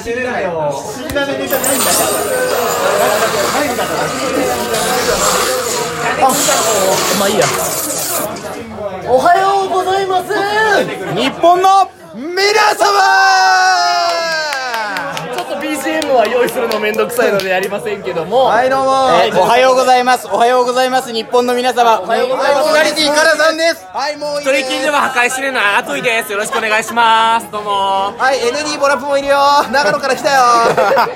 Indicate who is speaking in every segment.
Speaker 1: 死ねな
Speaker 2: 死
Speaker 1: いよ
Speaker 2: なねネタないんだからないんだから
Speaker 3: まあいいや
Speaker 4: おはようございます
Speaker 3: 日本の皆様
Speaker 4: ちょっと BGM は用意するのめんどくさいのでやりませんけども、
Speaker 3: はいどうも、おはようございますおはようございます日本の皆様おはようございますナリティカラさんですはいもういい
Speaker 5: トリキンでは破壊しれないアトイですよろしくお願いしますどうも
Speaker 3: はい ND ボラップもいるよ長野から来たよ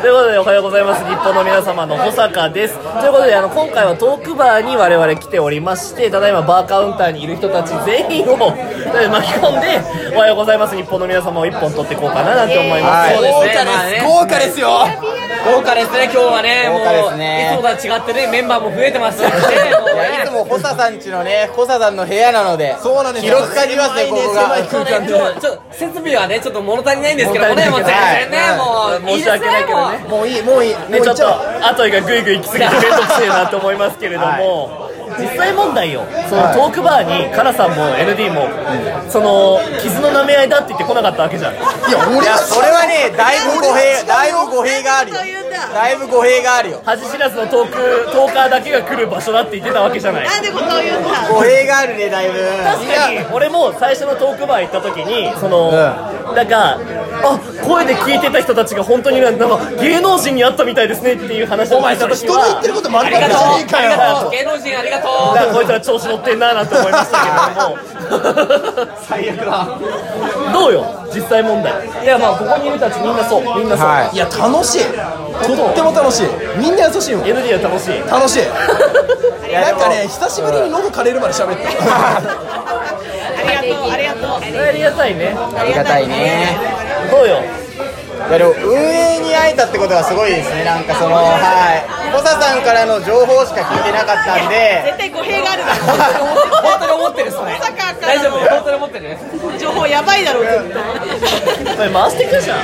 Speaker 4: ということでおはようございます日本の皆様の保坂ですということであの今回はトークバーに我々来ておりましてただいまバーカウンターにいる人たち全員をとりあえず巻き込んでおはようございます日本の皆様を一本取っていこうかななんて思います、
Speaker 3: はい
Speaker 5: そうですねまあね
Speaker 3: 豪華ですよ
Speaker 5: 豪華ですね今日はね
Speaker 3: 豪華ですね
Speaker 5: もういつもとは違ってねメンバーも増えてますしねもう
Speaker 3: いやいつ
Speaker 5: ね
Speaker 3: も補佐さんちのね補佐さんの部屋なので
Speaker 2: そうなんですよ
Speaker 3: 広く感じますねここが
Speaker 5: そうね今日ちょっと設備はねちょっと物足りないんですけどもねもう全
Speaker 4: 物足りな
Speaker 5: 然
Speaker 4: い
Speaker 5: ねもうい
Speaker 4: 申し訳ないけどね
Speaker 5: いですねも
Speaker 3: もういいもういいもう
Speaker 4: ね、ち
Speaker 3: 行
Speaker 4: ょ
Speaker 3: っ
Speaker 4: っ
Speaker 3: ちゃおう
Speaker 4: と後がぐいぐい行き過ぎて面倒くせえなと思いますけれども、実際問題よそのトークバーにカラさんも ND も、その傷の舐め合いだって言ってこなかったわけじゃん
Speaker 2: いや俺
Speaker 3: いやそれはねだいぶ語弊だいぶ語弊があるよ
Speaker 6: そう言うんだ
Speaker 3: だいぶ語弊があるよ
Speaker 4: 恥知らずのトークトーカーだけが来る場所だって言ってたわけじゃない
Speaker 6: なんでことを言うんだ
Speaker 3: 語弊があるねだいぶ
Speaker 4: 確かに俺も最初のトークバー行った時にその、なんかあ声で聞いてた人たちが本当になんか芸能人に会ったみたいですねっていう話を聞いた時
Speaker 2: 人の言
Speaker 4: は
Speaker 2: ってること丸
Speaker 5: うあり
Speaker 2: 々
Speaker 5: が
Speaker 2: じ
Speaker 5: と
Speaker 2: ゃ
Speaker 5: う
Speaker 2: ね
Speaker 5: あり
Speaker 2: えか
Speaker 5: がと
Speaker 2: よ
Speaker 5: う芸能人ありがと
Speaker 4: だからこいつら調子乗ってんなーなんて思いましたけれど も
Speaker 5: う最悪だ
Speaker 4: どうよ実際問題いやまあここにいる人たちみんなそうみんなそう、
Speaker 3: はい
Speaker 2: いや楽しいとっても楽しいみんな優しいもん
Speaker 4: ND は楽しい
Speaker 2: 楽 しいなんかね久しぶりに喉枯れるまで喋った
Speaker 6: ありがとうありがとう
Speaker 4: ありがたいね
Speaker 3: ありがたいね
Speaker 4: どうよ
Speaker 3: いやでも運営に会えたってことがすごいですねなんかそのはい補佐さんからの情報しか聞いてなかったんで
Speaker 6: 絶対語弊があるだ
Speaker 5: 本当に思ってるっすね
Speaker 6: まさか
Speaker 5: 大丈夫本当に思ってるね
Speaker 6: ろ情報やばいだろずっと
Speaker 4: これ回してくじゃん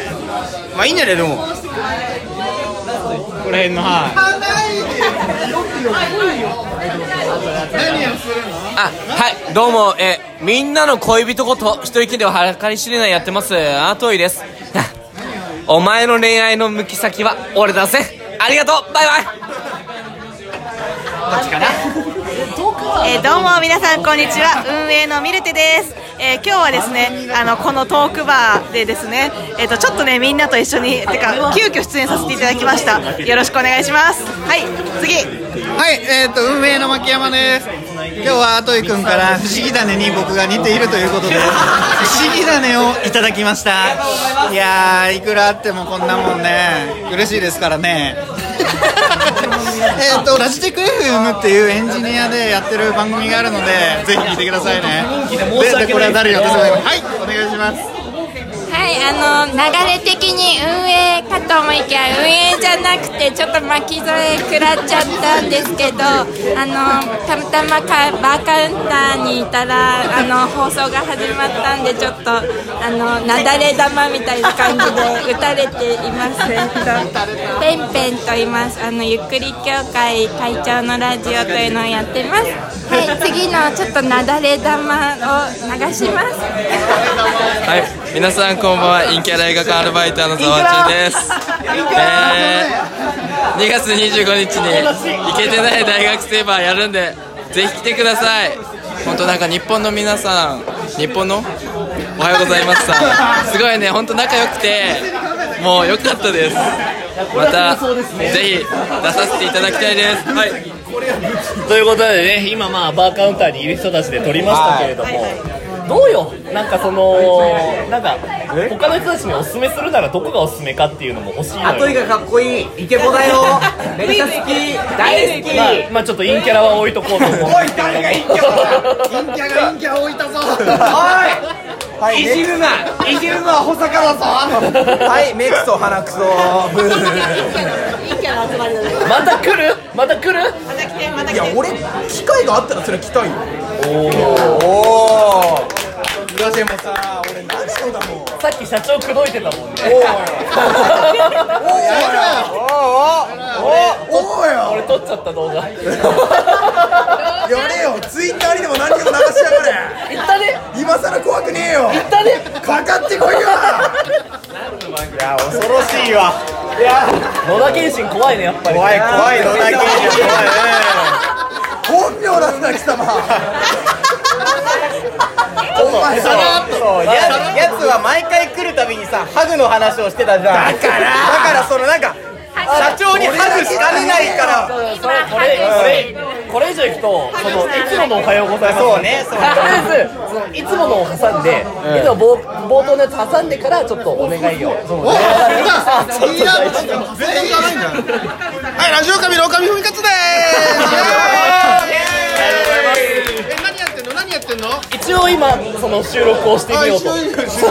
Speaker 3: まあいいんじゃないでも
Speaker 5: あはいどうもえーみんなの恋人こと一人きりでははかり知れないやってますアトイです お前の恋愛の向き先は俺だぜありがとうバイバイ
Speaker 6: えーどうも皆さんこんにちは運営のミルテです、えー今日はですねあのこのトークバーでですねえっ、とちょっとねみんなと一緒にてか急遽出演させていただきましたよろしくお願いしますはい次
Speaker 7: はい、えっ、と、運営の牧山です。今日はアトイ君から不思議種に僕が似ているということで、不思議種をいただきました。いやー、いくらあってもこんなもんね、嬉しいですか らね。えっと、ラジテック FM っていうエンジニアでやってる番組があるので、ぜひ聞いてくださいね。で、でこれは誰よってすいませんはい、お願いします。
Speaker 8: はい、あの流れ的に運営かと思いきや運営じゃなくてちょっと巻き添え食らっちゃったんですけどあのたまたまかバーカウンターにいたらあの放送が始まったんでちょっとあのなだれ玉みたいな感じで打たれていますえっとペンペンと言いますあのゆっくり協会会長のラジオというのをやってますはい、次のちょっとなだれ玉を流し
Speaker 9: は
Speaker 8: ます
Speaker 9: い、皆さんこんばんは、陰キャラ映画館アルバイターのざわちんです。えー、2月25日にイケてない大学生バーやるんで、ぜひ来てください。本当なんか日本の皆さん、日本のおはようございますさん、すごいね、本当仲良くて、もう良かったです。また、ぜひ出させていただきたいです。はい。
Speaker 4: ということでね今まあバーカウンターにいる人たちで撮りましたけれども、どうよなんかそのなんか他の人たちにおすすめするならどこがおすすめかっていうのも欲しい
Speaker 5: ア
Speaker 4: の
Speaker 5: トイ
Speaker 4: よ
Speaker 5: がかっこいいイケボだ よめっちゃ好き大好き
Speaker 4: まあ、まあちょっと陰キャラは置いとこうと思う
Speaker 2: おい誰が陰キャだ陰キャが陰キャ置いたぞ
Speaker 3: はい
Speaker 5: いじるないじるな
Speaker 2: 保坂だぞ
Speaker 3: はい目くそ鼻くそ
Speaker 4: また来るまた来る
Speaker 6: また来てまた
Speaker 2: いや
Speaker 6: 来て
Speaker 2: 俺機会があったらそれ来たいよ
Speaker 3: おお
Speaker 2: だってもさ俺何しだもん
Speaker 4: さっき社長口説いてたもんね
Speaker 2: おおよ
Speaker 4: 俺撮っちゃった動画
Speaker 2: やれよツイッターにでも何にも流しやがれ
Speaker 4: 言ったね
Speaker 2: 今さら怖くねえよ
Speaker 4: 言ったね
Speaker 2: かかってこいよ
Speaker 3: や恐ろしいわ
Speaker 4: 野田謙信怖いねやっぱり
Speaker 3: 怖い怖い野田圭司怖い
Speaker 2: 本名なんだ貴様
Speaker 3: お前そうそうややつは毎回来るたびにさハグの話をしてたじゃんだからだからそのなんか社長にハグしかねないから
Speaker 4: そうそれこれこれこれ以上いくとそのいつもの「おはようございます」
Speaker 3: そうねそうね
Speaker 4: 必ずそのいつものを挟んで、いつも冒冒頭のやつ挟んでからちょっとお願いよその
Speaker 7: おいみんな全員 行かないんだよはいラジオ神の狼ふみかつでーすえ何やってんの何やってんの
Speaker 4: 一応今その収録をしてみようと
Speaker 7: あ
Speaker 4: ト
Speaker 7: 一応
Speaker 4: ー
Speaker 7: 今収
Speaker 4: ク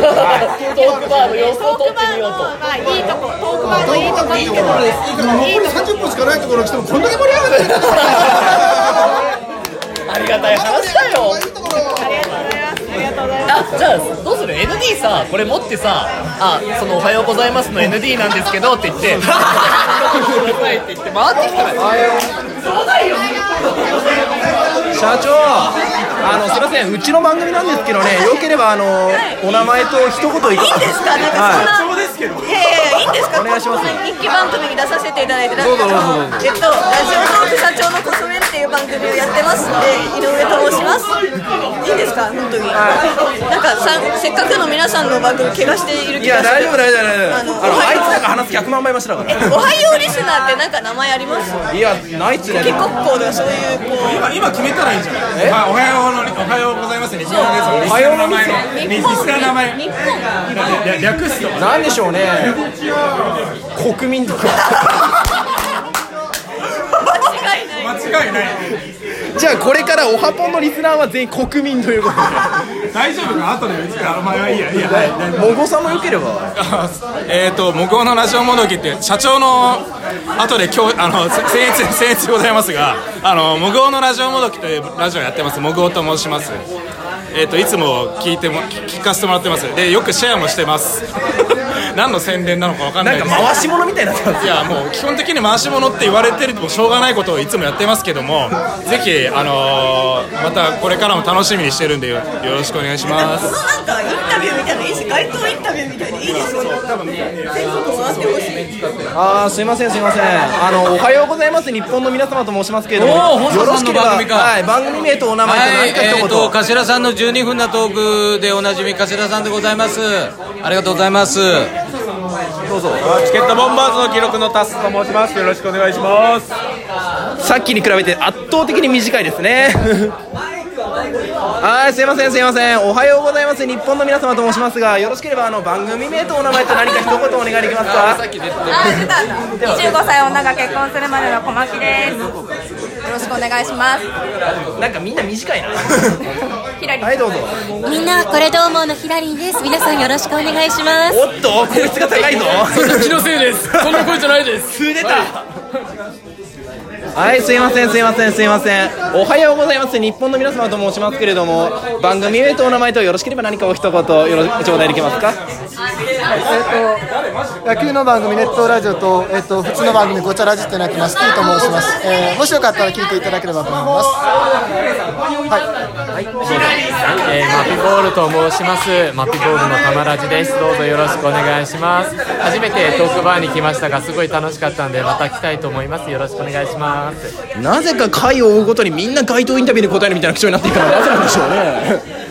Speaker 7: 録
Speaker 4: バーの様子を撮ってみようと
Speaker 6: いいとこトークバーのいいとこ
Speaker 7: いいところですいいところ残り30分しかないところに来てもこんだけ盛り上がってる
Speaker 4: ありがたい話だよ
Speaker 7: いいところ
Speaker 4: あじゃあどうする ND さこれ持ってさ「あそのおはようございます」の ND なんですけどって言って「 ください」って言って回ってきたら
Speaker 2: 社長あのすいませんうちの番組なんですけどねよければあのお名前と一言いか
Speaker 6: いいんですかなんかそんな、
Speaker 2: はい、そうですけど
Speaker 6: いやいやいやいいんですか
Speaker 2: お願いし
Speaker 6: こ
Speaker 2: ます
Speaker 6: んな人気番組に出させていただいてなんか
Speaker 2: どうぞどうぞどう
Speaker 6: えっとラジオトーク社長のコスメっていう番組をやってますんで井上と申しますいいんですか本当に、なんかさせっかくの皆さんの番組怪我している
Speaker 2: い
Speaker 6: 気が
Speaker 2: や
Speaker 6: して
Speaker 2: 大丈夫大丈夫大丈夫あの
Speaker 6: あの
Speaker 2: あいつなんか話す100万倍増しだから
Speaker 6: おはようリスナーってなんか名前あります
Speaker 2: いやないっすね
Speaker 6: 結構こうでそういうこう
Speaker 1: 今今決めたらいいんじゃないえ、まあ、おはようのおはようございますねリスナーですおはようの名前のリスナーの名前
Speaker 6: 日本
Speaker 1: いや略すと
Speaker 2: なんでしょうね国民とか
Speaker 6: 間違いない
Speaker 1: 間違いない
Speaker 2: じゃあこれからオハポンのリスナーは全員国民ということ
Speaker 1: 大丈夫か後で別にあの前はいいやいいや
Speaker 2: でもごさんもよければ
Speaker 1: えっと「木曜のラジオもどき」って社長の後で今日あのせ僭越僭越でございますが あの木曜のラジオもどきというラジオやってます木曜と申しますえっ、といつも聞いても聞聞かせてもらってますでよくシェアもしてます 何の宣伝なのかわかんない
Speaker 2: な
Speaker 1: で
Speaker 2: ん
Speaker 1: す
Speaker 2: か回し物みたいになってます
Speaker 1: いやもう基本的に回し物って言われてるともしょうがないことをいつもやってますけどもぜひ、あのーまたこれからも楽しみにしてるんでよよろしくお願いしま
Speaker 6: こ
Speaker 1: す
Speaker 6: のなんかインタビューみたいないいし街頭インタビューみたいでいいですよ多分全国回ってほしい
Speaker 2: あーすいませんすいませんあのおはようございます日本の皆様と申しますけれども
Speaker 9: おー細田さんの番組か
Speaker 2: はい、番組名とお名
Speaker 9: は
Speaker 2: 前
Speaker 9: い、
Speaker 2: と何か一
Speaker 9: え
Speaker 2: 言、
Speaker 9: っと、頭さんの12分なトークでおなじみ頭さんでございます。ありがとうございます。
Speaker 1: チケットボンバーズの記録のタスと申しますよろしくお願いします
Speaker 2: さっきに比べて圧倒的に短いですね はいすいませんすいませんおはようございます日本の皆様と申しますがよろしければあの番組名とお名前と何か一言お願いできますか
Speaker 8: あー出た25歳女が結婚するまでの小牧ですよろしくお願いします
Speaker 2: なんかみんな短いな
Speaker 8: ひらり
Speaker 2: はいどうぞ
Speaker 10: みんなこれどうものひらりんです皆さんよろしくお願いします
Speaker 2: おっとこいつが高いぞ
Speaker 9: 気のせいです。 そんな声じゃないです。
Speaker 2: 数出たはいすいませんすいませんすいませんおはようございます日本の皆様と申しますけれども番組名とお名前とよろしければ何かお一言よろし頂戴できますか
Speaker 11: えっと、野球の番組、ネットラジオと、えっと、普通の番組、ごちゃラジってなってます、ティーと申します、えーもしよかったら聞いていただければと思います。
Speaker 9: えーマピボールと申します。マピボールのたまらじです。どうぞよろしくお願いします。初めてトークバーに来ましたが、すごい楽しかったんで、また来たいと思います。よろしくお願いします。
Speaker 2: なぜか回を追うごとにみんな街頭インタビューに答えるみたいな口調になっていくのはなぜなんでしょうね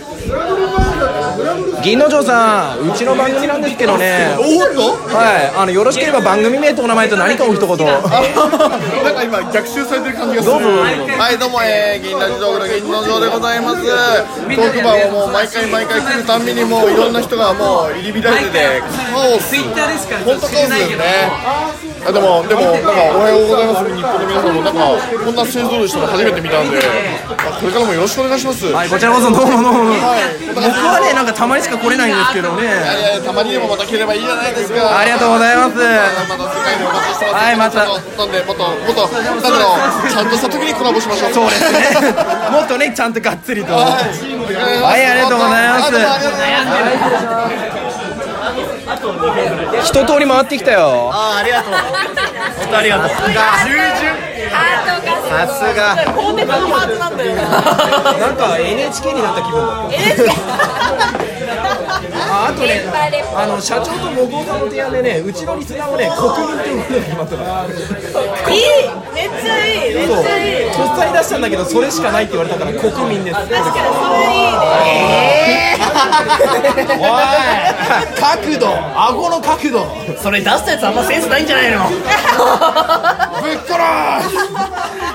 Speaker 2: 銀之丞さんうちの番組なんですけどね
Speaker 7: おーっと
Speaker 2: はいあのよろしければ番組名とお名前と何かお一 言
Speaker 7: なんか今逆襲されてる感じがするはいどうも、えー、銀ラジ道具の銀の城でございますトークバーをもう毎回毎回来るたんびにもういろんな人がもう入り乱れててもうツイッターですから本当そうですよねあでもでもなんかおはようございます日本の皆さんもなんかこんな勢ぞろいしたの初めて見たんであこれからもよろしくお願いします
Speaker 2: はいこちらこそどうもどうもどうも僕はねなんかたまにしか来れないんですけどね
Speaker 7: いやいやたまにでもまた来ればいいじゃないですか
Speaker 2: ありがとうございます
Speaker 7: また世界でお待ちしてます
Speaker 2: はいまた
Speaker 7: なんでもっともっとなんだろうちゃんとした時にコラボしましょう
Speaker 2: そうですねもっとねちゃんとがっつりと
Speaker 7: はい
Speaker 2: はいありがとうございます
Speaker 7: あどうもありがとうございます
Speaker 2: 一通り回ってきたよ
Speaker 3: あありがとう
Speaker 4: ありがとう
Speaker 3: さすが
Speaker 6: 鋼鉄のパーツなんだよな
Speaker 2: なんか NHK になった気分だった
Speaker 6: NHK
Speaker 2: ああとねあの社長とモゴさんの提案でねうちのリスナーをね国民って呼ぶのが決まったの
Speaker 6: いめっちゃいいめっちゃいい
Speaker 2: そうとっさに出したんだけどそれしかないって言われたから国民です確
Speaker 6: かにそれいいね
Speaker 2: おい角度顎の角度
Speaker 4: それ出したやつあんまセンスないんじゃないの
Speaker 2: ぶっ殺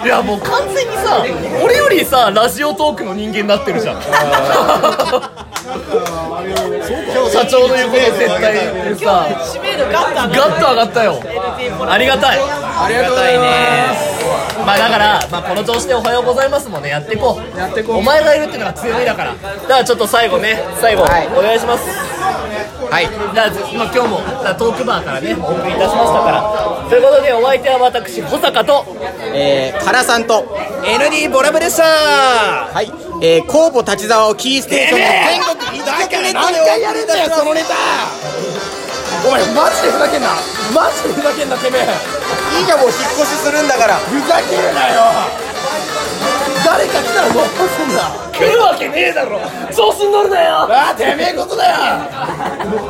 Speaker 2: す
Speaker 4: いやもう完全にさ俺よりさラジオトークの人間になってるじゃん社長の言うこと絶対さ
Speaker 6: 知名度ガ
Speaker 4: ガ
Speaker 6: ッと
Speaker 4: ッと上がったよありがたいありがたいねまあだから、まあ、この調子で「おはようございます」もねやっていこうやってこうお前がいるってのが強みだからだからちょっと最後ね最後、お願いしますはいじゃあ、まあ、今日もだからトークバーからねお送りいたしましたからということでお相手は私保坂と
Speaker 3: えー、原さんと ND ボラブでしたはいえー、公募立沢をキーステーションに全国一曲ネットでお送りいたしますそのネタお前マジでふざけんなマジでふざけんなてめえいいじゃんもう引っ越しするんだからふざけるなよ誰か来たらどうすんだ
Speaker 4: 来るわけねえだろ調子に乗るなよ
Speaker 3: ああてめえことだよ